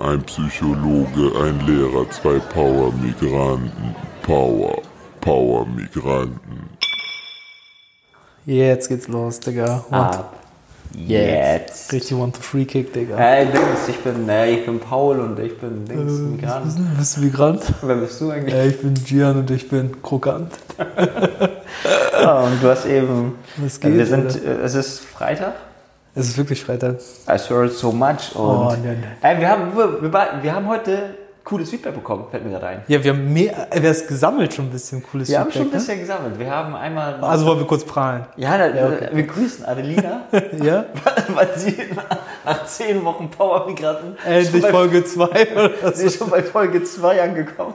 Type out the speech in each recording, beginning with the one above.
Ein Psychologe, ein Lehrer, zwei Power-Migranten. Power. Power-Migranten. Jetzt geht's los, Digga. One, Ab. Jetzt. two- Richtig One to Free Kick, Digga. Hey Dings, ich bin, äh, ich bin Paul und ich bin Dings Bist Migrant. du- Bist du Migrant? Wer bist du eigentlich? Ja, ich bin Gian und ich bin Krokant. Ja, und du hast eben. Was geht, wir sind, äh, es ist Freitag. Es ist wirklich Freitag. I heard so much. Und Oh, nein, nein. Ey, wir, haben, wir, wir, wir haben heute cooles Feedback bekommen, fällt mir gerade ein. Ja, wir haben mehr, äh, wir haben es gesammelt schon ein bisschen cooles Wir haben Feedback, schon ein ne? bisschen gesammelt. Wir haben einmal. Also wollen wir kurz prahlen. ja, da, wir grüßen Adelina, Ja? weil sie nach, nach zehn Wochen Power-Migranten schon Endlich bei Folge 2 oder Sie ist schon bei Folge 2 angekommen.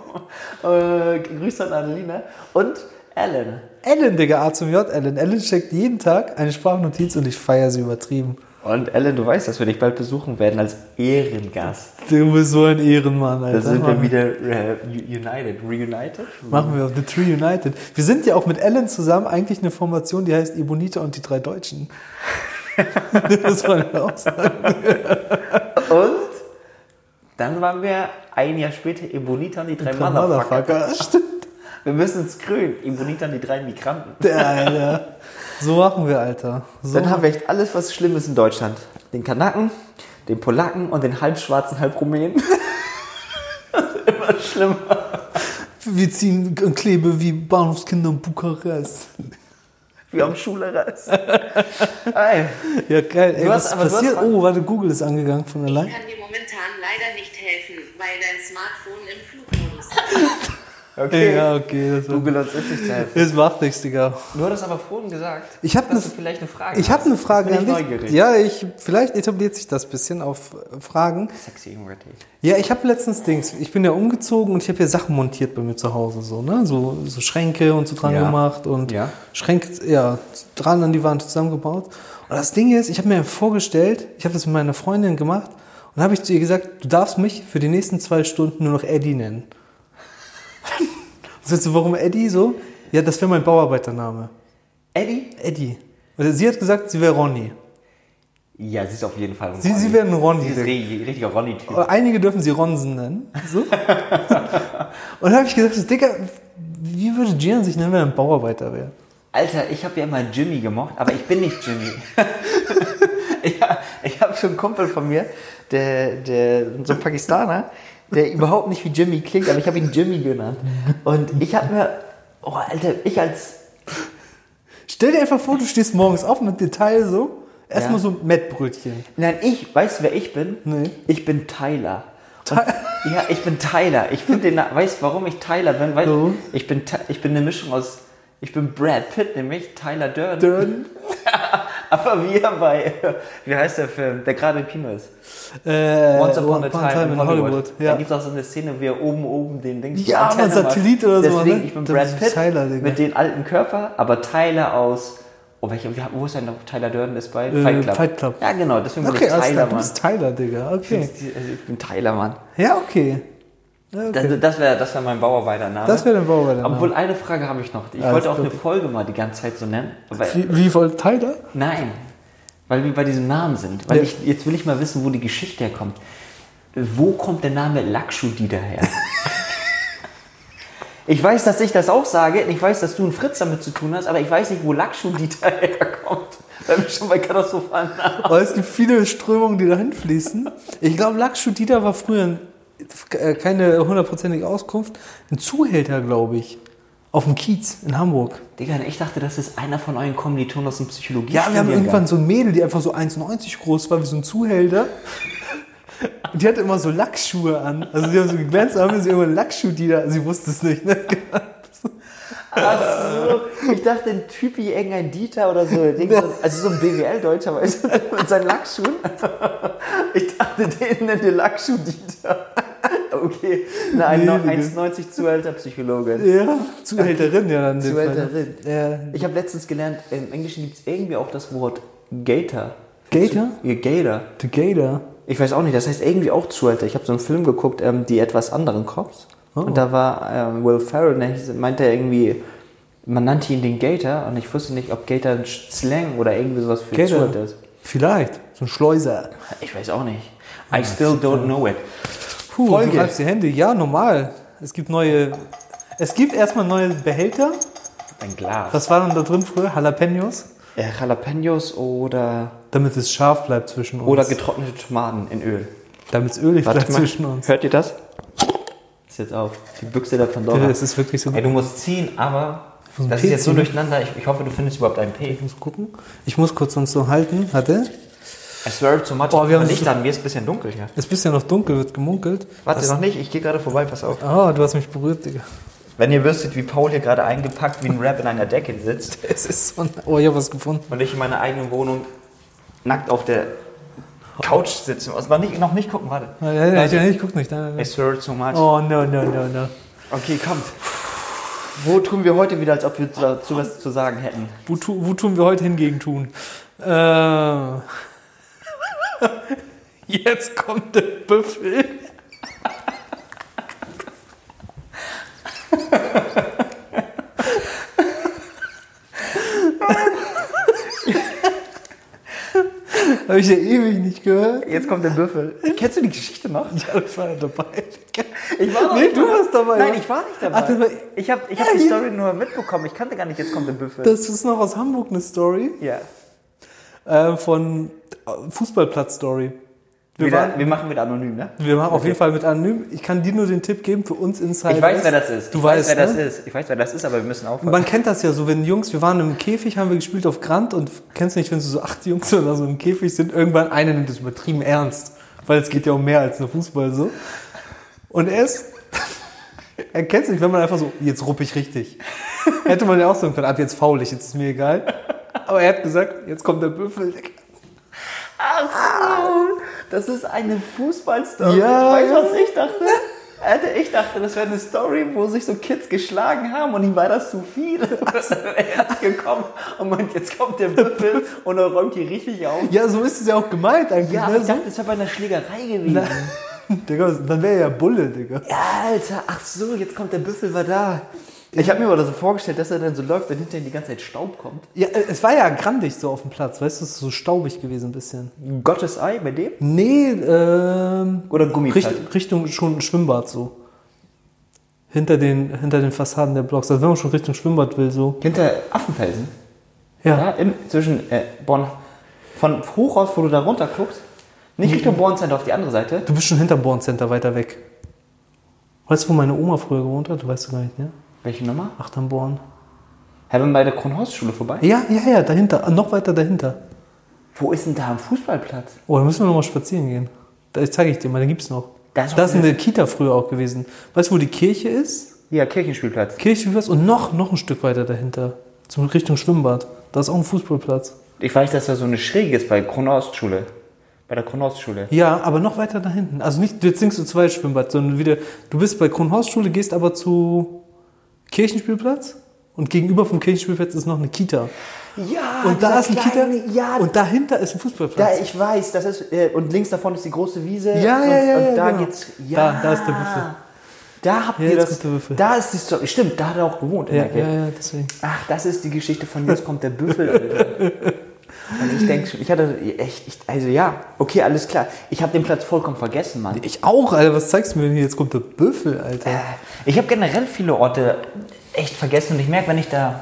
Äh, Grüße an Adelina und Alan. Ellen, Digga, A zum J, Ellen. Ellen schickt jeden Tag eine Sprachnotiz und ich feiere sie übertrieben. Und Alan, du weißt, dass wir dich bald besuchen werden als Ehrengast. Du bist so ein Ehrenmann, Alter. Da sind wir Mann. wieder äh, united, reunited. Machen wir auf The Tree United. Wir sind ja auch mit Ellen zusammen eigentlich eine Formation, die heißt Ebonita und die drei Deutschen. das war eine Aussage. Und dann waren wir ein Jahr später Ebonita und die drei Motherfucker. Stimmt, Wir müssen ins Grün. Ebonita und die drei Migranten. Alter. So machen wir, Alter. So. Dann haben wir echt alles, was schlimm ist in Deutschland. Den Kanaken, den Polacken und den halbschwarzen, halbrumänen. Immer schlimmer. Wir ziehen und kleben wie Bahnhofskinder in Bukarest. Wir haben Schulreis. Ey, Ja, geil. Ey, Du was hast- aber du hast- passiert? Oh, warte, Google ist angegangen von allein. Ich kann dir momentan leider nicht helfen, weil dein Smartphone im Flugmodus ist. okay. Ja, okay. Das, war, Google uns ist nicht zu helfen. das macht nichts, Digga. Du hattest aber vorhin gesagt, Ich hab dass ne- du vielleicht eine Frage Ich habe eine Frage Jetzt bin ich an dich. neugierig. Ja, ich, vielleicht etabliert sich das ein bisschen auf äh, Fragen. Sexy Ingrid. Ja, ich habe letztens Dings, ich bin ja umgezogen und ich habe hier Sachen montiert bei mir zu Hause, so, ne? So, so Schränke und so dran Ja. gemacht und Ja. Schränke, ja, dran an die Wand zusammengebaut. Und das Ding ist, ich habe mir vorgestellt, ich habe das mit meiner Freundin gemacht und habe ich zu ihr gesagt, du darfst mich für die nächsten zwei Stunden nur noch Eddie nennen. Und sagst du, warum Eddie so? Ja, das wäre mein Bauarbeitername. Eddie? Eddie. Und sie hat gesagt, sie wäre Ronny. Ja, sie ist auf jeden Fall ein Sie- sie werden Ronny. Sie ist richtig, richtiger Ronny-Typ. Aber einige dürfen sie Ronsen nennen. So. und dann habe ich gesagt, Digga, wie würde Gian sich nennen, wenn er ein Bauarbeiter wäre? Alter, ich habe ja immer Jimmy gemocht, aber ich bin nicht Jimmy. ich ich habe schon einen Kumpel von mir, der, der so ein Pakistaner, der überhaupt nicht wie Jimmy klingt, aber ich habe ihn Jimmy genannt. Und ich habe mir, oh Alter, ich als Stell dir einfach vor, du stehst morgens auf mit Detail so, erstmal Ja. so Mettbrötchen. Nein, ich, weißt du, wer ich bin? Nee. Ich bin Tyler. Und, ja, ich bin Tyler. Ich finde den, Na- weißt du, warum ich Tyler bin? Weil So. ich bin, Ty- ich bin eine Mischung aus, ich bin Brad Pitt, nämlich Tyler Durden. Dön. Aber wir bei, wie heißt der Film, der gerade im Kino ist? Äh, Once Upon, a Time, in Hollywood. Da Ja. gibt es auch so eine Szene, wie er oben, oben den Dings. Ja, Antenne mit Satellit macht. oder so, Deswegen, ne? ich bin Das Brad ist Pitt Tyler, Digga. mit den alten Körper, aber Tyler aus... Oh, welcher, wie- wo ist denn noch Tyler Durden ist bei? Äh, Fight Club. Fight Club. Ja, genau, deswegen bin Okay, ich alles Tyler, klar, du Mann. bist Tyler, Digga. Okay. Also ich bin Tyler, Mann. Ja, okay. Ja, okay. Das, das wäre das wär mein Bauarbeitername. Das wäre dein Bauarbeitername. Obwohl, eine Frage habe ich noch. Ich Alles wollte auch gut. eine Folge mal die ganze Zeit so nennen. Aber Wie, wie voll Tyler? nein, weil wir bei diesem Namen sind. Weil Ja. ich, jetzt will ich mal wissen, wo die Geschichte herkommt. Wo kommt der Name Lakshudita her? ich weiß, dass ich das auch sage. Ich weiß, dass du einen Fritz damit zu tun hast. Aber ich weiß nicht, wo Lakshudita herkommt. Da bin ich schon bei katastrophalen Namen. Aber es gibt viele Strömungen, die dahin fließen. Ich glaube, Lakshudita war früher ein, äh, keine hundertprozentige Auskunft. Ein Zuhälter, glaube ich. Auf dem Kiez in Hamburg. Digga, ich dachte, das ist einer von euren Kommilitonen aus dem Psychologie. Ja, wir haben irgendwann so ein Mädel, die einfach so 1,90 groß war, wie so ein Zuhälter. Und die hatte immer so Lackschuhe an. Also die haben so geglänzt, aber haben sie irgendwann Lackschudita. Sie wusste es nicht, ne? Ach so, ich dachte ein Typi, irgendein Dieter oder so. Irgend so- Also so ein BWL-Deutscher, weißt du, mit seinen Lackschuhen. Ich dachte, den nennt ihr Lackschuh-Dieter. Okay, nein, Nee, noch Digga. 1,90 Zuhälter Psychologe. Ja. Zuhälterin, ja dann. in dem Fall, ne? Ich habe letztens gelernt, im Englischen gibt es irgendwie auch das Wort Gator. Gator? Ja, Gator. Ja. The Gator. Ich weiß auch nicht, das heißt irgendwie auch Zuhälter. Ich habe so einen Film geguckt, ähm, die etwas anderen Cops. Oh. Und da war ähm, Will Ferrell, und er meinte er irgendwie, man nannte ihn den Gator und ich wusste nicht, ob Gator ein Slang oder irgendwie sowas für Zuhälter Gator. ist. Vielleicht. So ein Schleuser. Ich weiß auch nicht. Ah, I still don't know it. Puh, Folge. du reibst die Hände. Ja, normal. Es gibt neue. Es gibt erstmal neue Behälter. Ein Glas. Was war denn da drin früher? Jalapenos? Äh, Jalapenos oder, Damit es scharf bleibt zwischen uns. oder getrocknete Tomaten in Öl. Damit es ölig Warte bleibt mal. zwischen uns. Hört ihr das? Ist jetzt auf. Die Büchse der Pandora. Es ist wirklich so Ey, gut. du musst ziehen, aber muss das ein ist jetzt so P ziehen. durcheinander. Ich, ich hoffe, du findest überhaupt einen P. Ich muss gucken. Ich muss kurz sonst so halten. Hatte. I swear to much. Boah, wir haben Licht so- an, mir ist ein bisschen dunkel hier. Ist bisschen noch dunkel, wird gemunkelt. Warte das, noch nicht, ich gehe gerade vorbei, pass auf. Oh, du hast mich berührt, Digga. Wenn ihr wüsstet, wie Paul hier gerade eingepackt wie ein Rap in einer Decke sitzt Es ist so. ein- Oh, ich habe was gefunden. und ich in meiner eigenen Wohnung nackt auf der Couch sitze. Also noch nicht, noch nicht gucken, warte. Ah, ja, ja, ich, ich guck nicht. Nein, nein, I nein. swear to much. Oh, no, no, no, no. Okay, kommt. Wo tun wir heute wieder, als ob wir dazu was zu sagen hätten? Wo, tu, wo tun wir heute hingegen tun? Ähm. Jetzt kommt der Büffel. Habe ich ja ewig nicht gehört. Jetzt kommt der Büffel. Kennst du die Geschichte noch? Ja, ich war ja dabei. Ich war noch Nee, nicht du warst dabei. Nein, ja. ich war nicht Ach, das war- dabei. Ich habe ich hab die Story nur mitbekommen. Ich kannte gar nicht, jetzt kommt der Büffel. Das ist noch aus Hamburg eine Story. ja. Äh, von äh, Fußballplatz-Story. Wir, Wieder, waren, wir machen wieder anonym, ne? wir waren auf jeden Fall mit anonym. Ich kann dir nur den Tipp geben für uns Insider. Ich weiß, wer das ist. Du ich weißt, weiß, wer ne? das ist. Ich weiß, wer das ist, aber wir müssen aufhören. Man kennt das ja so, wenn Jungs, wir waren im Käfig, haben wir gespielt auf Grand und kennst du nicht, wenn so so acht Jungs oder so im Käfig sind, irgendwann einer nimmt das übertrieben ernst, weil es geht ja um mehr als nur Fußball so. Und er ist, er kennt nicht, wenn man einfach so, jetzt rupp ich richtig. Hätte man ja auch sagen können, ab jetzt faul ich, jetzt ist mir egal. Aber er hat gesagt, jetzt kommt der Büffel. Ach so, das ist eine Fußballstory. Ja, weißt du, ja. was ich dachte? Alter, ich dachte, das wäre eine Story, wo sich so Kids geschlagen haben und ihm war das zu viel. er ist gekommen und meint, jetzt kommt der Büffel und er räumt hier richtig auf. Ja, so ist es ja auch gemeint eigentlich. Ja, aber ne? ich so. dachte, das wäre bei einer Schlägerei gewesen. Digga, dann wäre ja Bulle, Digga. Alter, ach so, jetzt kommt der Büffel, war da. Ich habe mir aber so vorgestellt, dass er dann so läuft und hinter ihm die ganze Zeit Staub kommt. Ja, äh, es war ja grandig so auf dem Platz, weißt du, es ist so staubig gewesen ein bisschen. Gottes Ei bei dem? Nee, ähm. Oder Gummiplatz. Richt, Richtung schon Schwimmbad so. Hinter den, hinter den Fassaden der Blocks. Also wenn man schon Richtung Schwimmbad will, so. Hinter Affenfelsen. Ja, Ja. in, zwischen äh, Bonn. Von hoch aus, wo du da runter guckst. Nicht Richtung Born Center auf die andere Seite. Du bist schon hinter Born Center weiter weg. Weißt du, wo meine Oma früher gewohnt hat? Du weißt du gar nicht, ne? Welche Nummer? Ach, dann Born. Haben wir bei der Kronhausschule vorbei? Ja, ja, ja, dahinter. Ah, Noch weiter dahinter. Wo ist denn da ein Fußballplatz? Oh, da müssen wir nochmal spazieren gehen. Da zeige ich dir mal, den gibt's noch. Da Da ist ist, auch eine- eine Kita früher auch gewesen. Weißt du, wo die Kirche ist? Ja, Kirchenspielplatz. Kirche wie was und noch, noch ein Stück weiter dahinter. Zum Richtung Schwimmbad. Da ist auch ein Fußballplatz. Ich weiß, dass da so eine Schräge ist bei Kronhausschule. Bei der Kronhausschule. Ja, aber noch weiter da hinten. Also nicht, jetzt singst du zwei Schwimmbad, sondern wieder, du bist bei Kronhausschule, gehst aber zu Kirchenspielplatz und gegenüber vom Kirchenspielplatz ist noch eine Kita. Ja, Und da ist eine Kita Ah, Ja, und dahinter ist ein da, Fußballplatz. ich weiß, das ist. Äh, und links davon ist die große Wiese. ja, und, ja, ja, Und ja, da genau. geht's. Da- da ist der Büffel. Da habt Ja, ihr jetzt das. kommt der Büffel. Da ist die Story. Stimmt, da hat er auch gewohnt in ja, der Kirche. ja, ja, deswegen. Ach, das ist die Geschichte von jetzt kommt der Büffel. Alter. Und ich denke schon, ich hatte echt, ich, also ja, okay, alles klar. Ich habe den Platz vollkommen vergessen, Mann. Äh, Ich auch, Alter, was zeigst du mir denn hier? Jetzt kommt der Büffel, Alter. Ich habe generell viele Orte echt vergessen und ich merke, wenn ich da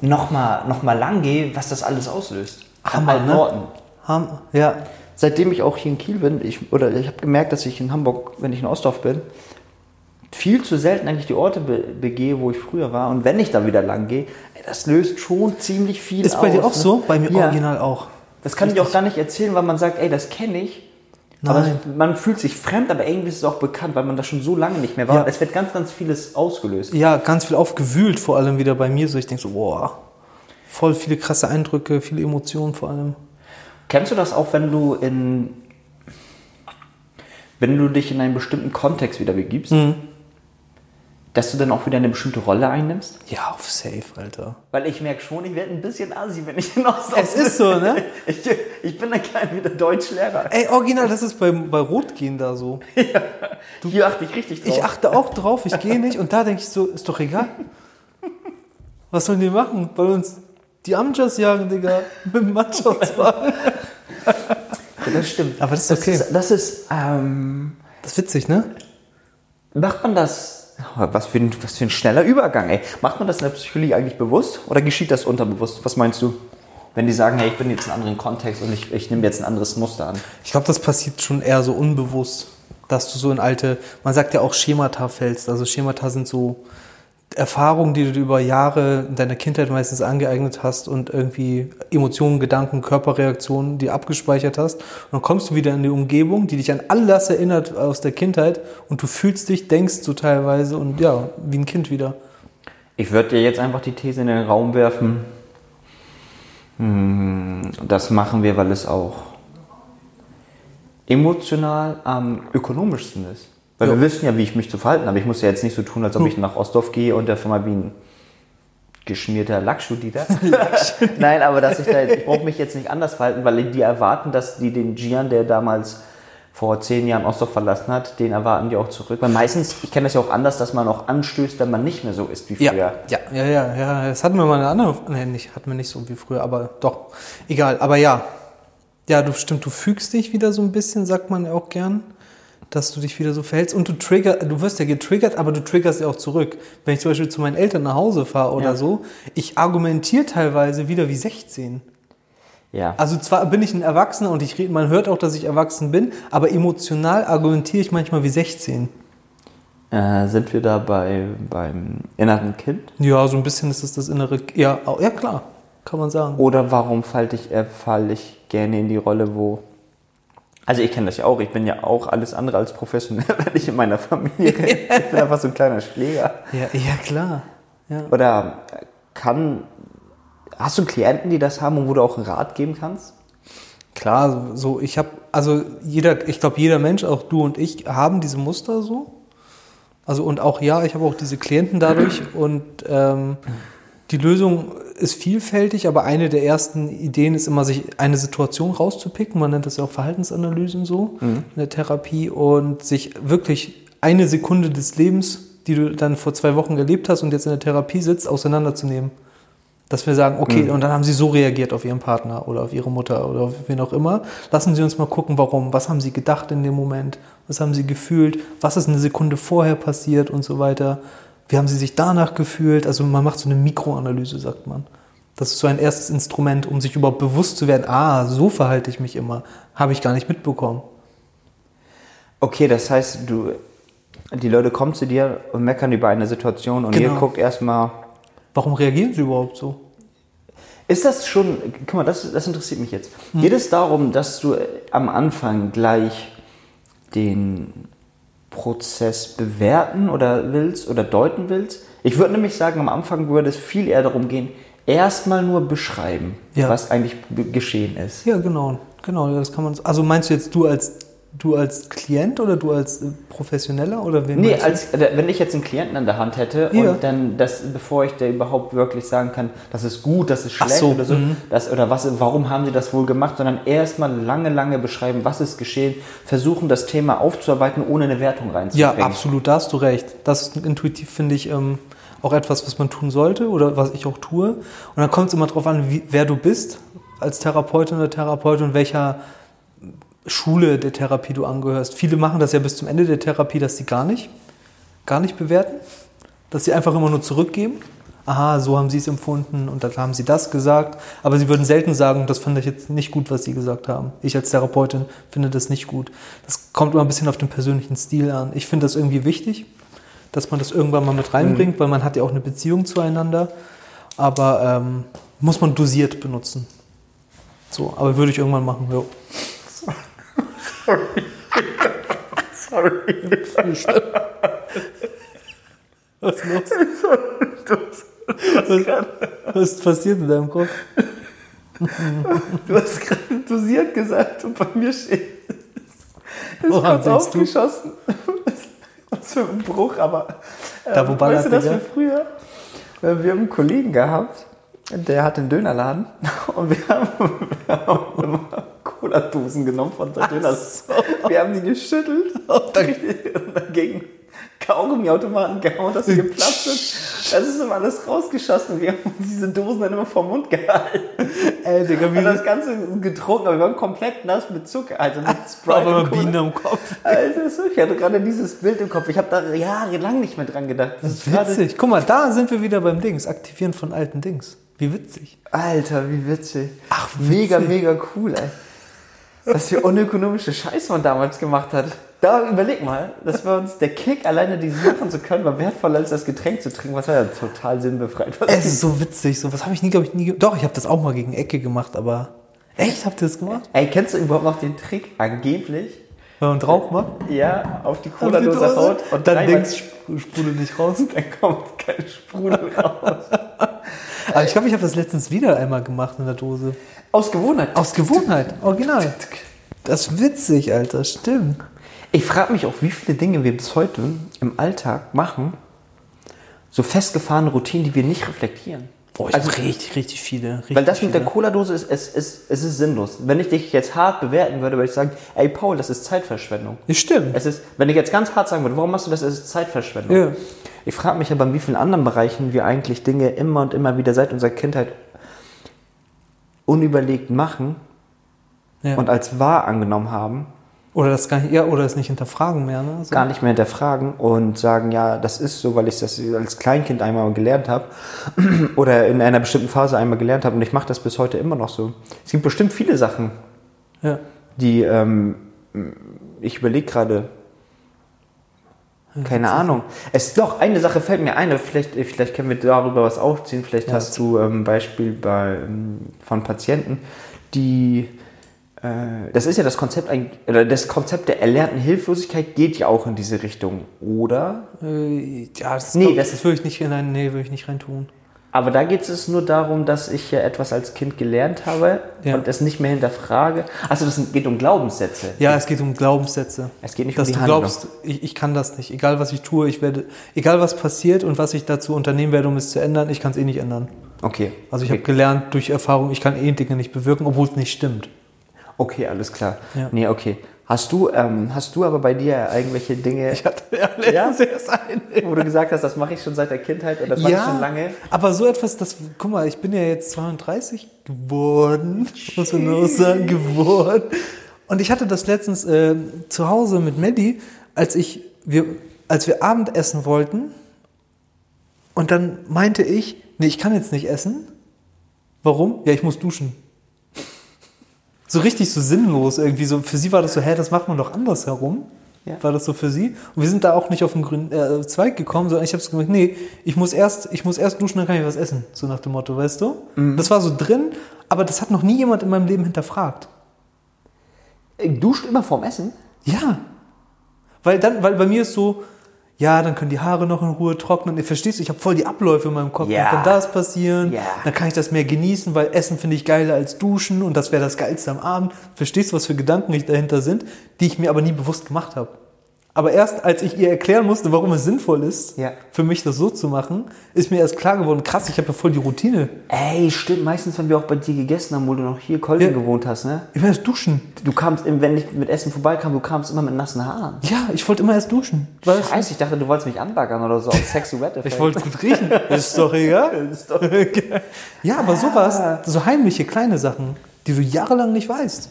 nochmal noch mal lang gehe, was das alles auslöst. An alten Orten. ne? Ham ja, Seitdem ich auch hier in Kiel bin, ich, oder ich habe gemerkt, dass ich in Hamburg, wenn ich in Ostdorf bin, viel zu selten eigentlich die Orte be begehe, wo ich früher war. Und wenn ich da wieder lang gehe, ey, das löst schon ziemlich viel ist aus. bei dir auch ne? so? Bei mir Ja. original auch. Das kann ich auch gar nicht erzählen, weil man sagt, ey, das kenne ich. Aber Nein. es- man fühlt sich fremd, aber irgendwie ist es auch bekannt, weil man das schon so lange nicht mehr war. Ja. Und Es wird ganz, ganz vieles ausgelöst. Ja, ganz viel aufgewühlt, vor allem wieder bei mir. So, ich denke so, boah, voll viele krasse Eindrücke, viele Emotionen vor allem. Kennst du das auch, wenn du in wenn du dich in einen bestimmten Kontext wieder begibst, Mhm. dass du dann auch wieder eine bestimmte Rolle einnimmst? Ja, auf safe, Alter. Weil ich merke schon, ich werde ein bisschen assi, wenn ich in Ostdorf Es ist so, ne? Ich, ich bin dann kein wieder Deutschlehrer. Ey, original, das ist bei, bei Rotgehen da so. Hier achte ich richtig drauf. Ich achte auch drauf, ich gehe nicht und da denke ich so, ist doch egal. Was sollen die machen? Bei uns die Amjas jagen, Digga, mit dem Mannschaftswagen. Das stimmt. Aber das ist okay. Das ist, das ist ähm, Das ist witzig, ne? macht man das, was für, ein, was für ein schneller Übergang, ey. Macht man das in der Psychologie eigentlich bewusst oder geschieht das unterbewusst? Was meinst du? Wenn die sagen, hey, ich bin jetzt in einem anderen Kontext und ich, ich nehme jetzt ein anderes Muster an. Ich glaube, das passiert schon eher so unbewusst, dass du so in alte, man sagt ja auch Schemata fällst. Also Schemata sind so Erfahrungen, die du dir über Jahre in deiner Kindheit meistens angeeignet hast und irgendwie Emotionen, Gedanken, Körperreaktionen, die abgespeichert hast. Und dann kommst du wieder in die Umgebung, die dich an all das erinnert aus der Kindheit und du fühlst dich, denkst du teilweise und ja, wie ein Kind wieder. Ich würde dir jetzt einfach die These in den Raum werfen. Hm, Das machen wir, weil es auch emotional am ökonomischsten ist. Weil Ja. wir wissen ja, Hm. wie ich mich zu verhalten habe. Ich muss ja jetzt nicht so tun, als ob ich nach Ostdorf gehe und der Firma wie ein geschmierter Lackschuh-Dieter. Nein, aber dass ich da jetzt, ich brauche mich jetzt nicht anders verhalten, weil die erwarten, dass die den Gian, der damals vor zehn Jahren Ostdorf verlassen hat, den erwarten die auch zurück. Weil meistens, ich kenne das ja auch anders, dass man auch anstößt, wenn man nicht mehr so ist wie früher. Ja, ja, ja, ja, ja. Das hatten wir mal in einer anderen. Nee, nicht, hatten wir nicht so wie früher, aber doch. Egal, aber ja. Ja, du stimmt, du fügst dich wieder so ein bisschen, sagt man ja auch gern, dass du dich wieder so verhältst. Und du trigger, du wirst ja getriggert, aber du triggerst ja auch zurück. Wenn ich zum Beispiel zu meinen Eltern nach Hause fahre oder Ja. so, ich argumentiere teilweise wieder wie 16. Ja. Also zwar bin ich ein Erwachsener und ich rede, man hört auch, dass ich erwachsen bin, aber emotional argumentiere ich manchmal wie 16. Äh, sind wir da bei, beim inneren Kind? Ja, so ein bisschen ist es das innere. Ja, au- ja klar, kann man sagen. Oder warum falle ich, äh, fall ich gerne in die Rolle, wo. Also ich kenne das ja auch, ich bin ja auch alles andere als professionell, wenn ich in meiner Familie bin. Ich bin einfach so ein kleiner Schläger. Ja, ja klar. Ja. Oder äh, kann. Hast du Klienten, die das haben und wo du auch einen Rat geben kannst? Klar, so ich habe, also jeder, ich glaube, jeder Mensch, auch du und ich, haben diese Muster so. Also und auch ja, ich habe auch diese Klienten dadurch und ähm, die Lösung ist vielfältig, aber eine der ersten Ideen ist immer, sich eine Situation rauszupicken. Man nennt das ja auch Verhaltensanalysen so in der Therapie und sich wirklich eine Sekunde des Lebens, die du dann vor zwei Wochen erlebt hast und jetzt in der Therapie sitzt, auseinanderzunehmen. Dass wir sagen, okay, und dann haben sie so reagiert auf ihren Partner oder auf ihre Mutter oder auf wen auch immer. Lassen Sie uns mal gucken, warum. Was haben sie gedacht in dem Moment? Was haben sie gefühlt? Was ist eine Sekunde vorher passiert und so weiter? Wie haben sie sich danach gefühlt? Also man macht so eine Mikroanalyse, sagt man. Das ist so ein erstes Instrument, um sich überhaupt bewusst zu werden, ah, so verhalte ich mich immer. Habe ich gar nicht mitbekommen. Okay, das heißt, du. Die Leute kommen zu dir und meckern über eine Situation und ihr Genau. guckt erstmal, Warum reagieren sie überhaupt so? Ist das schon, guck mal, das, das interessiert mich jetzt. Geht es darum, dass du äh, am Anfang gleich den Prozess bewerten oder willst oder deuten willst? Ich würde nämlich sagen, am Anfang würde es viel eher darum gehen, erstmal nur beschreiben, Ja. was eigentlich ge- geschehen ist. Ja, genau. Genau, ja, das kann man. so- Also meinst du jetzt du als du als Klient oder du als äh, Professioneller oder wen? Nee, meinst du? als, äh, wenn ich jetzt einen Klienten an der Hand hätte Ja. und dann das, bevor ich der überhaupt wirklich sagen kann, das ist gut, das ist Ach schlecht so, oder so, mhm. das, oder was, warum haben sie das wohl gemacht, sondern erstmal lange, lange beschreiben, was ist geschehen, versuchen das Thema aufzuarbeiten, ohne eine Wertung Ja, reinzubringen. absolut, da hast du recht. Das ist intuitiv, finde ich, ähm, auch etwas, was man tun sollte oder was ich auch tue. Und dann kommt es immer darauf an, wie, wer du bist als Therapeutin oder Therapeut und welcher Schule der Therapie du angehörst. Viele machen das ja bis zum Ende der Therapie, dass sie gar nicht, gar nicht bewerten, dass sie einfach immer nur zurückgeben. Aha, so haben sie es empfunden und dann haben sie das gesagt. Aber sie würden selten sagen, das fand ich jetzt nicht gut, was sie gesagt haben. Ich als Therapeutin finde das nicht gut. Das kommt immer ein bisschen auf den persönlichen Stil an. Ich finde das irgendwie wichtig, dass man das irgendwann mal mit reinbringt, weil man hat ja auch eine Beziehung zueinander. Aber ähm, muss man dosiert benutzen. So, aber würde ich irgendwann machen, ja. Was ist los? was, was ist passiert mit deinem Kopf? Du hast gerade dosiert gesagt und bei mir steht das Woran kurz denkst du? Was für ein Bruch, aber ähm, Da, wo ballert, weißt du, dass Digga? wir früher, äh, wir haben einen Kollegen gehabt, der hat einen Dönerladen und wir haben, wir haben immer Also, Oh, Cola-Dosen genommen von seinem Döner. Wir haben die geschüttelt und dagegen Kaugummiautomaten gehauen, dass sie geplatzt sind. Das ist immer alles rausgeschossen. Wir haben uns diese Dosen dann immer vom Mund gehalten. Ey, Digga, Und das wie Ganze getrunken, aber wir waren komplett nass mit Zucker, also mit Sprite. auf einmal und Cola. Bienen am Kopf. Alter, so, ich hatte gerade dieses Bild im Kopf. Ich habe da jahrelang nicht mehr dran gedacht. Das ist gerade. Witzig. Guck mal, da sind wir wieder beim Dings. Aktivieren von alten Dings. Wie witzig. Alter, wie witzig. Ach, mega, witzig. mega cool, ey. Was für unökonomische Scheiß man damals gemacht hat. Da überleg mal, das war uns der Kick, alleine diese Sachen zu können, war wertvoller als das Getränk zu trinken, was war ja total sinnbefreit. war. Es ist so witzig. So was habe ich nie, glaube ich, nie. ge- Doch, ich habe das auch mal gegen Ecke gemacht, aber. Echt? Habt ihr das gemacht? Ey, kennst du überhaupt noch den Trick? Angeblich, Wenn man drauf macht? ja, auf die auf die Cola-Dose Dose, haut und dann dreimal- denkst du, sprudel nicht raus. dann kommt kein Sprudel raus. Aber Ah, ich glaube, ich habe das letztens wieder einmal gemacht in der Dose. Aus Gewohnheit. Aus Gewohnheit, original. Das ist witzig, Alter, stimmt. Ich frage mich auch, wie viele Dinge wir bis heute im Alltag machen, so festgefahrene Routinen, die wir nicht reflektieren. Boah, ich also richtig, richtig viele. Richtig Weil das mit der viele. Cola-Dose ist, es ist, es ist sinnlos. Wenn ich dich jetzt hart bewerten würde, würde ich sagen, ey Paul, das ist Zeitverschwendung. Ja, stimmt. Es ist, wenn ich jetzt ganz hart sagen würde, warum machst du das, es ist Zeitverschwendung. Ja. Ich frage mich aber, in wie vielen anderen Bereichen wir eigentlich Dinge immer und immer wieder seit unserer Kindheit unüberlegt machen Ja. und als wahr angenommen haben, Oder das gar nicht, ja, oder das nicht hinterfragen mehr, ne? So. gar nicht mehr hinterfragen und sagen, ja, das ist so, weil ich das als Kleinkind einmal gelernt habe oder in einer bestimmten Phase einmal gelernt habe und ich mache das bis heute immer noch so. Es gibt bestimmt viele Sachen, Ja. die, ähm, ich überlege gerade, keine Ahnung. Es doch, eine Sache fällt mir ein, vielleicht, vielleicht können wir darüber was aufziehen. Vielleicht Ja. hast du ähm, ein Beispiel bei, ähm, von Patienten, die. äh, Das ist ja das Konzept, ein- oder das Konzept der erlernten Hilflosigkeit geht ja auch in diese Richtung, oder? Äh, ja, das, Nee, glaub, das- das würde ich nicht hinein, nee, würde ich nicht reintun. Aber da geht es nur darum, dass ich ja etwas als Kind gelernt habe Ja. und es nicht mehr hinterfrage. Also das geht um Glaubenssätze. Ja, es geht um Glaubenssätze. Es geht nicht dass um die du glaubst, ich, ich kann das nicht. Egal was ich tue, ich werde, egal was passiert und was ich dazu unternehmen werde, um es zu ändern, ich kann es eh nicht ändern. Okay. Also ich okay. habe gelernt durch Erfahrung, ich kann eh Dinge nicht bewirken, obwohl es nicht stimmt. Okay, alles klar. Ja. Nee, okay. Hast du, ähm, hast du aber bei dir irgendwelche Dinge, Ich hatte ja letztens erst eine. wo du gesagt hast, das mache ich schon seit der Kindheit und das mache ich schon lange? aber so etwas, das, guck mal, ich bin ja jetzt 32 geworden, muss man nur sagen, geworden. Und ich hatte das letztens äh, zu Hause mit Maddie, als ich, wir, als wir Abendessen wollten. Und dann meinte ich, nee, ich kann jetzt nicht essen. Warum? Ja, ich muss duschen. So richtig so sinnlos irgendwie. So, für sie war das so, hä, das macht man doch andersherum. Ja. War das so für sie? Und wir sind da auch nicht auf den grünen äh, Zweig gekommen, sondern ich habe gesagt, nee, ich muss, erst, ich muss erst duschen, dann kann ich was essen. So nach dem Motto, weißt du? Das war so drin, aber das hat noch nie jemand in meinem Leben hinterfragt. Äh, Duscht immer vorm Essen? Ja. Weil dann, weil bei mir ist so, ja, dann können die Haare noch in Ruhe trocknen. Ihr verstehst, ich habe voll die Abläufe in meinem Kopf. Ja. Dann kann das passieren. Ja. Dann kann ich das mehr genießen, weil Essen finde ich geiler als Duschen und das wäre das Geilste am Abend. Verstehst du, was für Gedanken ich dahinter sind, die ich mir aber nie bewusst gemacht habe. Aber erst als ich ihr erklären musste, warum es sinnvoll ist, Ja. für mich das so zu machen, ist mir erst klar geworden, krass, ich habe ja voll die Routine. Ey, stimmt. Meistens, wenn wir auch bei dir gegessen haben, wo du noch hier Kolben Ja. gewohnt hast, ne? Ich will erst duschen. Du kamst, im- wenn ich mit Essen vorbeikam, du kamst immer mit nassen Haaren. Ja, ich wollte immer erst duschen. Weißt du? Scheiße, ich dachte, du wolltest mich anbaggern oder so auf sexy Red Effect. Ich wollte es gut riechen. Ist doch egal. ja, aber sowas, so heimliche kleine Sachen, die du jahrelang nicht weißt.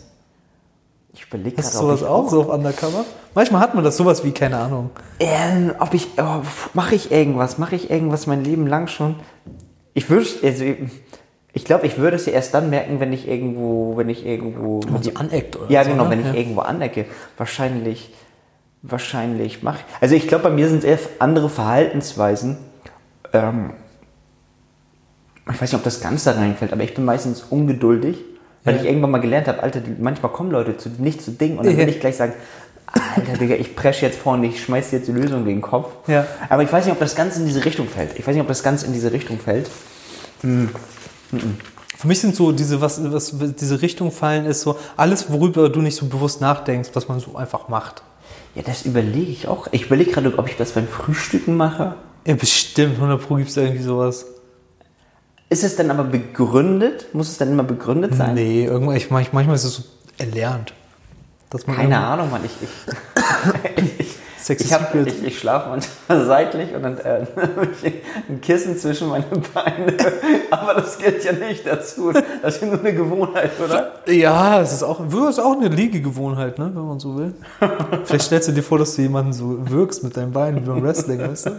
Ich überlege Hast gerade, du ob sowas ich auch, so auf Undercover? Manchmal hat man das sowas wie, keine Ahnung. Ähm, ob ich, oh, mache ich irgendwas, mache ich irgendwas mein Leben lang schon? Ich würde, also ich glaube, ich würde es ja erst dann merken, wenn ich irgendwo, wenn ich irgendwo, man so aneckt oder ja so, genau, ne? wenn ich Ja. irgendwo anecke, wahrscheinlich, wahrscheinlich mache. Also ich glaube, bei mir sind es eher andere Verhaltensweisen. Ähm, ich weiß nicht, ob das ganz da reinfällt, aber ich bin meistens ungeduldig, weil Ja. ich irgendwann mal gelernt habe, Alter, die, manchmal kommen Leute zu, nicht zu Dingen und dann Ja. will ich gleich sagen, Alter, Digga, ich presche jetzt vorne, ich schmeiß dir jetzt die Lösung gegen den Kopf. Ja. Aber ich weiß nicht, ob das ganz in diese Richtung fällt. Ich weiß nicht, ob das ganz in diese Richtung fällt. Für mich sind so diese, was, was diese Richtung fallen, ist so alles, worüber du nicht so bewusst nachdenkst, was man so einfach macht. Ja, das überlege ich auch. Ich überlege gerade, ob ich das beim Frühstücken mache. Ja, bestimmt, 100 Pro gibt's da irgendwie sowas. Ist es dann aber begründet? Muss es dann immer begründet sein? Nee, irgendwann, ich, manch- manchmal ist es so erlernt. Dass man Keine irgendwie- Ahnung, Mann. Ich, ich, ich, Sexy ich, hab, Secret. ich, ich schlafe manchmal seitlich und dann äh, hab ich ein Kissen zwischen meine Beine. Aber das gilt ja nicht dazu. Das ist ja nur eine Gewohnheit, oder? Ja, es ist auch, Würgen ist auch eine Liegegewohnheit, ne, wenn man so will. Vielleicht stellst du dir vor, dass du jemanden so wirkst mit deinen Beinen wie beim Wrestling, weißt du?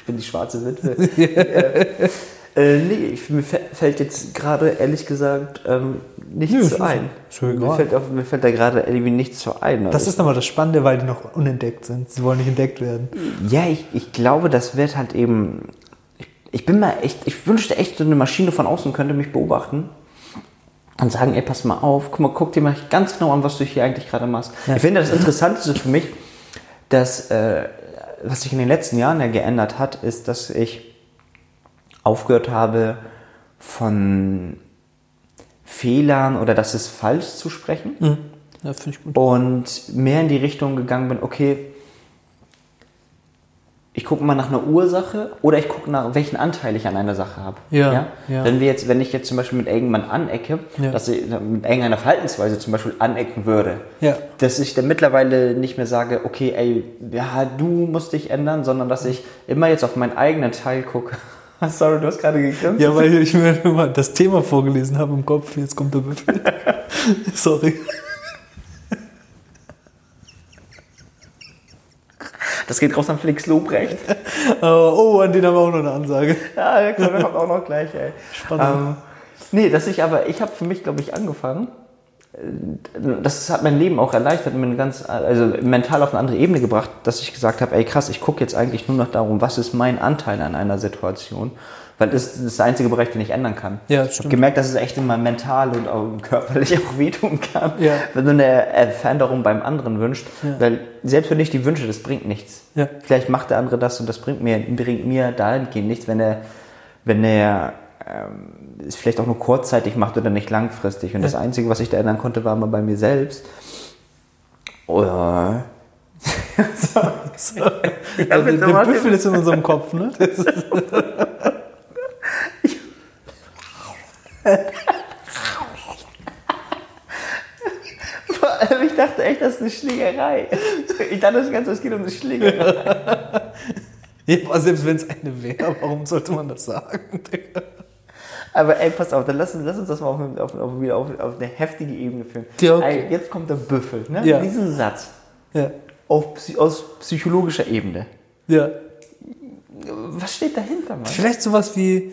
Ich bin die schwarze Witwe. äh, äh, nee, ich, mir fä- fällt jetzt gerade ehrlich gesagt ähm, Nö, nichts ist- ein. ist mir Mir egal. fällt, auf, mir fällt da gerade irgendwie nichts zu ein. Das ist nochmal das Spannende, weil die noch unentdeckt sind. Sie wollen nicht entdeckt werden. Ja, ich, ich glaube, das wird halt eben. Ich, ich bin mal echt. Ich wünschte echt, so eine Maschine von außen könnte mich beobachten und sagen: Ey, pass mal auf, guck mal, guck dir mal ganz genau an, was du hier eigentlich gerade machst. Ich finde, das Interessanteste für mich, dass, äh, was sich in den letzten Jahren ja geändert hat, ist, dass ich aufgehört habe, von Fehlern oder das ist falsch zu sprechen Mhm. Ja, finde ich gut. und mehr in die Richtung gegangen bin, okay, ich gucke mal nach einer Ursache oder ich gucke nach, welchen Anteil ich an einer Sache habe. Ja, ja. Wenn wir jetzt, wenn ich jetzt zum Beispiel mit irgendjemand anecke, Ja. dass ich mit irgendeiner Verhaltensweise zum Beispiel anecken würde, Ja. dass ich dann mittlerweile nicht mehr sage, okay, ey, ja, du musst dich ändern, sondern dass ich immer jetzt auf meinen eigenen Teil gucke. Sorry, du hast gerade gegrinst. Ja, weil ich mir immer das Thema vorgelesen habe im Kopf. Jetzt kommt der Büffel. Sorry. Das geht raus an Felix Lobrecht. Aber, oh, an den haben wir auch noch eine Ansage. Ja, der Körper kommt auch noch gleich, ey. Spannend. Ähm, nee, dass ich aber, ich habe für mich, glaube ich, angefangen. äh, Das hat mein Leben auch erleichtert, und mir eine ganz, also mental auf eine andere Ebene gebracht, dass ich gesagt habe, ey krass, ich gucke jetzt eigentlich nur noch darum, was ist mein Anteil an einer Situation, weil das ist der einzige Bereich, den ich ändern kann. Ja, ich habe stimmt. gemerkt, dass es echt immer mental und auch körperlich auch wehtun kann, Ja. wenn du eine äh, Veränderung beim anderen wünschst, Ja. weil selbst wenn ich die wünsche, das bringt nichts. Ja. Vielleicht macht der andere das und das bringt mir, bringt mir dahingehend nichts, wenn er, wenn er ähm, es vielleicht auch nur kurzzeitig macht oder nicht langfristig. Und das Einzige, was ich da ändern konnte, war mal bei mir selbst. Oder Sorry. der Ja, bitte Also, der mach Büffel ist in unserem Kopf, ne? Das ist- Vor allem, ich dachte echt, das ist eine Schlägerei. Ich dachte das Ganze, es geht um eine Schlägerei. ja, aber selbst wenn es eine wäre, warum sollte man das sagen? Digga? Aber ey, pass auf, dann lass, uns- lass uns das mal auf, auf, auf, wieder auf, auf eine heftige Ebene führen. Ja, okay. Ey, jetzt kommt der Büffel. Ne? Ja. Diesen Satz Ja. auf, psy- aus psychologischer Ebene. Ja. Was steht dahinter, Mann? Vielleicht sowas wie.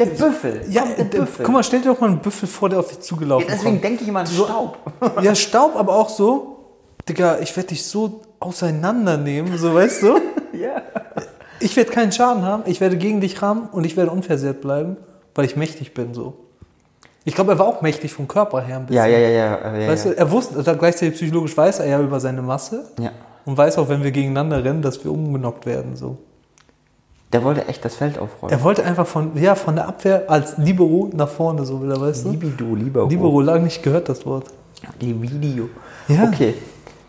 Der Büffel. Ja, äh, Kommt der der- Büffel. guck mal, stell dir doch mal einen Büffel vor, der auf dich Ja, zugelaufen ist. deswegen denke ich immer an Staub. Ja, Staub, aber auch so, Digga, ich werde dich so auseinandernehmen, so weißt du? ja. Ich werde keinen Schaden haben, ich werde gegen dich rammen und ich werde unversehrt bleiben, weil ich mächtig bin, so. Ich glaube, er war auch mächtig vom Körper her ein bisschen. Ja, ja, ja, ja. ja, Weißt ja. du, er wusste, da gleichzeitig psychologisch weiß er ja über seine Masse ja. und weiß auch, wenn wir gegeneinander rennen, dass wir umgenockt werden, so. Der wollte echt das Feld aufräumen. Er wollte einfach von, ja, von der Abwehr als Libero nach vorne, so wieder, weißt du? Libido, Libero. Libero, lange nicht gehört das Wort. Libido. Ja. Okay.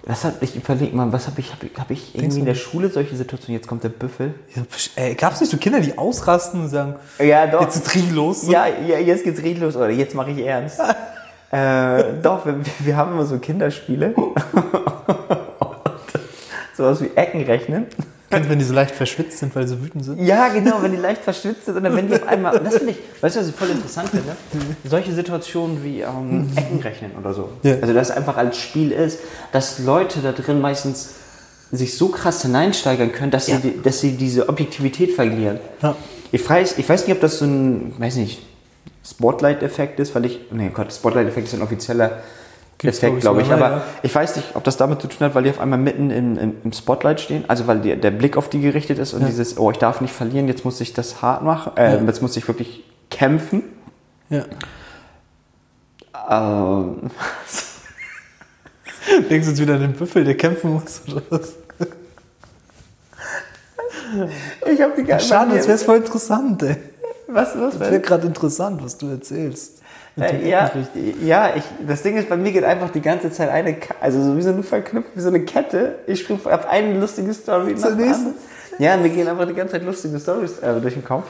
Was hab ich überlegt, mal, was habe ich, habe ich, hab ich irgendwie du in der Schule solche Situationen? Jetzt kommt der Büffel. Ja, psch, ey, gab's nicht so Kinder, die ausrasten und sagen, Ja, doch. jetzt ist Krieg los? So? Ja, ja, jetzt geht's richtig los, oder? Jetzt mache ich ernst. äh, doch, wir, wir haben immer so Kinderspiele. Sowas wie Ecken rechnen. Kennt, wenn die so leicht verschwitzt sind, weil sie so wütend sind. Ja, genau, wenn die leicht verschwitzt sind und dann wenn die auf einmal. Das finde ich, weißt du, was ich voll interessant finde? Solche Situationen wie ähm, Eckenrechnen oder so. Ja. Also, das einfach als Spiel ist, dass Leute da drin meistens sich so krass hineinsteigern können, dass, sie, die- dass sie diese Objektivität verlieren. Ja. Ich, weiß, ich weiß nicht, ob das so ein, weiß nicht, Spotlight-Effekt ist, weil ich. Nee, Gott, Spotlight-Effekt ist ein offizieller. Gibt's, Effekt, glaub glaube ich, ich. sogar, Aber ja. ich weiß nicht, ob das damit zu tun hat, weil die auf einmal mitten in, im, im Spotlight stehen. Also weil die, der Blick auf die gerichtet ist und dieses, oh, ich darf nicht verlieren, jetzt muss ich das hart machen, äh, Ja. jetzt muss ich wirklich kämpfen. Ja. Ähm, Denkst du jetzt wieder an den Büffel, der kämpfen muss oder was? ich habe die ganze Schade, das wäre voll interessant, ey. Was, was, Das wäre gerade interessant, was du erzählst. Mit dem Äh, ja, Eckenrichter. ja ich, das Ding ist, bei mir geht einfach die ganze Zeit eine, Ka- also so wie so eine Verknüpfung, wie so eine Kette. Ich springe auf eine lustige Story Zur nach der nächsten. anderen. Ja, mir gehen einfach die ganze Zeit lustige Stories äh, durch den Kopf.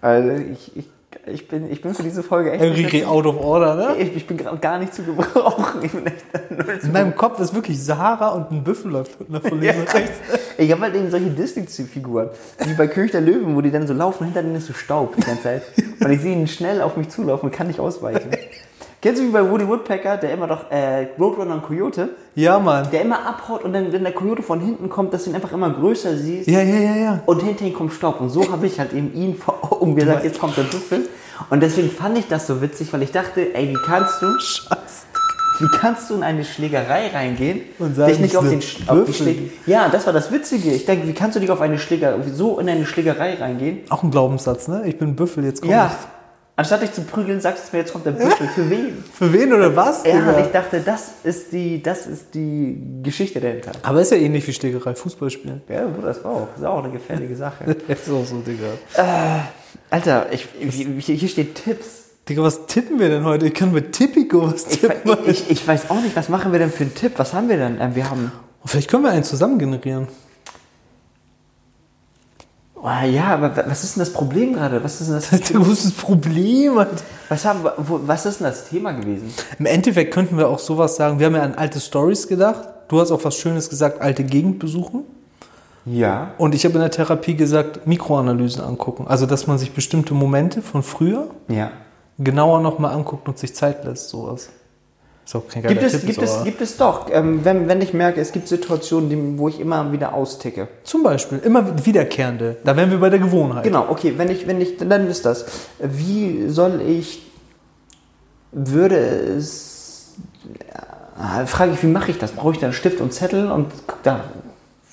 Also ich, ich, Ich bin, ich bin für diese Folge echt. Enrique out of order, ne? Ich, ich bin gerade gar nicht zu gebrauchen. Ich bin echt null zu In meinem Kopf ist wirklich Sahara und ein Büffel läuft nach von links nach rechts. Ich habe halt eben solche Disney-Figuren, wie bei König der Löwen, wo die dann so laufen, hinter denen ist so Staub die ganze Zeit. Und ich sehe ihn schnell auf mich zulaufen und kann nicht ausweichen. Kennst du wie bei Woody Woodpecker, der immer doch äh, Roadrunner und Coyote, Ja, Mann. der immer abhaut und dann, wenn der Coyote von hinten kommt, dass du ihn einfach immer größer siehst Ja, ja, ja, ja. und hinter ihm kommt Staub. Und so habe ich halt eben ihn vor Augen gesagt, jetzt kommt der Büffel. Und deswegen fand ich das so witzig, weil ich dachte, ey, wie kannst du, Scheiße. wie kannst du in eine Schlägerei reingehen, Und sagen, dich nicht es auf den sind Sch- auf die Würfel. Schläger... Ja, das war das Witzige. Ich denke, wie kannst du dich auf eine Schlägerei, so in eine Schlägerei reingehen? Auch ein Glaubenssatz, ne? Ich bin ein Büffel, jetzt komm ja. ich. Anstatt dich zu prügeln, sagst du mir, jetzt kommt der Büffel. Für wen? Für wen oder was? Ja, Digga? und ich dachte, das ist die, das ist die Geschichte dahinter. Aber ist ja ähnlich wie Stegerei, Fußball spielen. Ja, Bruder, das war auch, das war auch eine gefährliche Sache. ist auch so, Digga. Alter, ich, ich, hier steht Tipps. Digga, was tippen wir denn heute? Ich kann mit Tippico was Ich, tippen. ich, ich, ich weiß auch nicht, was machen wir denn für einen Tipp? Was haben wir denn? Ähm, Wir haben. Vielleicht können wir einen zusammen generieren. Oh, ja, aber wa- was ist denn das Problem gerade? Was ist denn das? Das ist ein großes Problem. Alter. Was, haben, wir- wo, was ist denn das Thema gewesen? Im Endeffekt könnten wir auch sowas sagen. Wir haben ja an alte Stories gedacht. Du hast auch was Schönes gesagt, alte Gegend besuchen. Ja. Und ich habe in der Therapie gesagt, Mikroanalysen angucken. Also, dass man sich bestimmte Momente von früher Ja. genauer nochmal anguckt und sich Zeit lässt, sowas. Ist auch kein geiler Gibt es, Tipp, gibt, ist es, aber- gibt es doch, ähm, wenn, wenn ich merke, es gibt Situationen, die, wo ich immer wieder austicke. Zum Beispiel, immer wiederkehrende. Da wären wir bei der Gewohnheit. Genau, okay, wenn ich, wenn ich, dann ist das. Wie soll ich, würde es, ja, frage ich, wie mache ich das? Brauche ich da einen Stift und Zettel und guck da.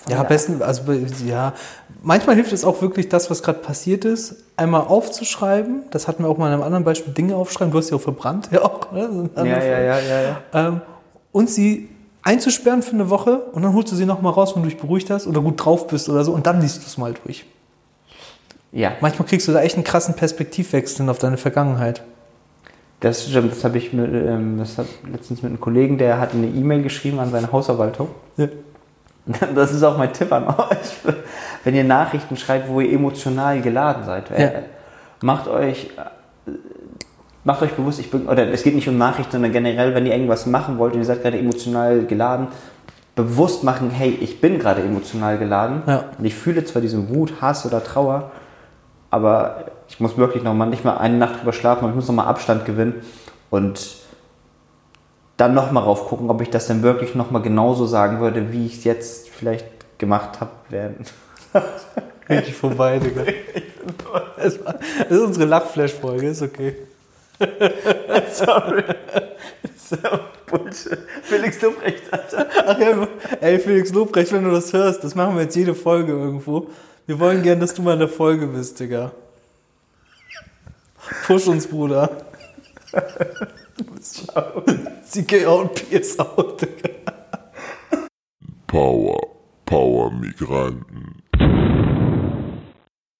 Ja, am besten, also bei- ja, manchmal hilft es auch wirklich, das, was gerade passiert ist, einmal aufzuschreiben. Das hatten wir auch mal in einem anderen Beispiel, Dinge aufschreiben. Du hast ja auch verbrannt, ja auch. Ne? So ein anderes- ja, ja, ja. Ähm, und sie einzusperren für eine Woche und dann holst du sie nochmal raus, wenn du dich beruhigt hast oder gut drauf bist oder so und dann liest du es mal durch. Ja, Manchmal kriegst du da echt einen krassen Perspektivwechsel auf deine Vergangenheit. das stimmt. Das habe ich mit, ähm, das hat letztens mit einem Kollegen, der hat eine E-Mail geschrieben an seine Hausverwaltung. Ja. Das ist auch mein Tipp an euch. Wenn ihr Nachrichten schreibt, wo ihr emotional geladen seid, äh, Ja. macht euch äh, macht euch bewusst, ich bin, oder es geht nicht um Nachrichten, sondern generell, wenn ihr irgendwas machen wollt und ihr seid gerade emotional geladen, bewusst machen, hey, ich bin gerade emotional geladen Ja. und ich fühle zwar diesen Wut, Hass oder Trauer, aber ich muss wirklich noch mal nicht mal eine Nacht drüber schlafen und ich muss noch mal Abstand gewinnen und dann nochmal rauf gucken, ob ich das denn wirklich nochmal genauso sagen würde, wie ich es jetzt vielleicht gemacht habe. während- Richtig vorbei, Digga. Das war- das ist unsere Lachflash-Folge, ist okay. Sorry. So, Bullshit. Felix Lobrecht, Alter. Ach ja, ey, Felix Lobrecht, wenn du das hörst, das machen wir jetzt jede Folge irgendwo. Wir wollen gern, dass du mal in der Folge bist, Digga. Push uns, Bruder. CK out, PS out, Digga. Power, Power Migranten.